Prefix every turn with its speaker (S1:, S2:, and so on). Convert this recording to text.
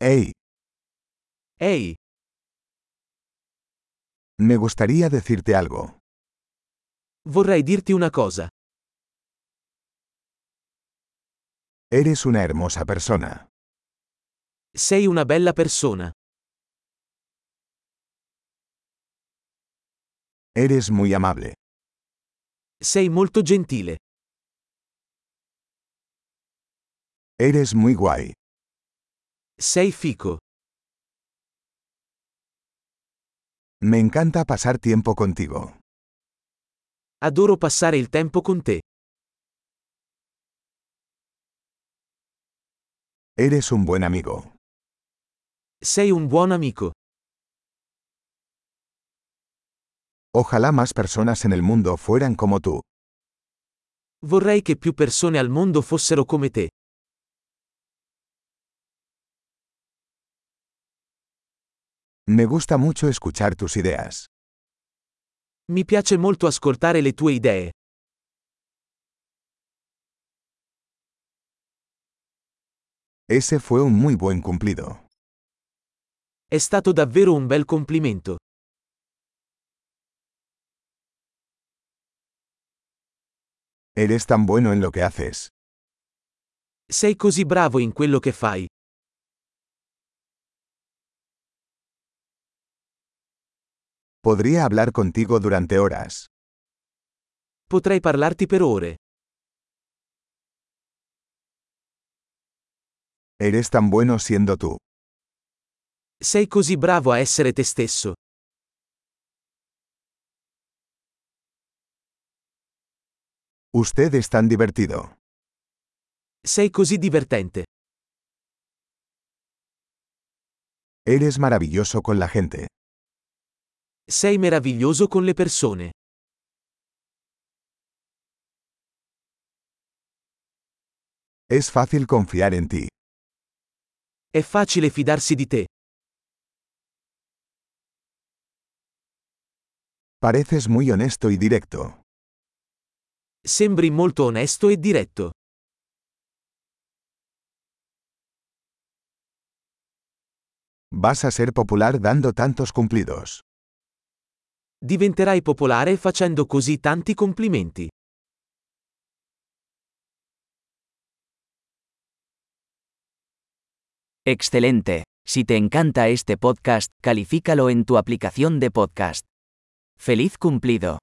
S1: Hey,
S2: Hey,
S1: me gustaría decirte algo.
S2: vorrei dirti una cosa.
S1: Eres una hermosa persona.
S2: Sei una bella persona.
S1: Eres muy amable.
S2: Sei molto gentile.
S1: Eres muy guay.
S2: Sei fico.
S1: Me encanta pasar tiempo contigo.
S2: Adoro passare il tempo con te.
S1: Eres un buen amigo.
S2: Sei un buon amico.
S1: Ojalá más personas en el mundo fueran como tú.
S2: Vorrei che più persone al mondo fossero come te.
S1: Me gusta mucho escuchar tus ideas.
S2: Mi piace molto ascoltare le tue idee.
S1: Ese fue un muy buen cumplido.
S2: È stato davvero un bel complimento.
S1: Eres tan bueno en lo que haces.
S2: Sei così bravo in quello che fai.
S1: Podría hablar contigo durante horas.
S2: Potrei parlarti per ore.
S1: Eres tan bueno siendo tú.
S2: Sei così bravo a essere te stesso.
S1: Usted es tan divertido.
S2: Sei così divertente.
S1: Eres maravilloso con la gente.
S2: Sei meraviglioso con le persone.
S1: Es fácil confiar en ti.
S2: È facile fidarsi di te.
S1: Pareces muy honesto y directo.
S2: Sembri molto onesto e diretto.
S1: Vas a ser popular dando tantos cumplidos.
S2: Diventerai popolare facendo così tanti complimenti.
S3: Excelente. Si te encanta este podcast, califícalo en tu aplicación de podcast. ¡Feliz cumplido!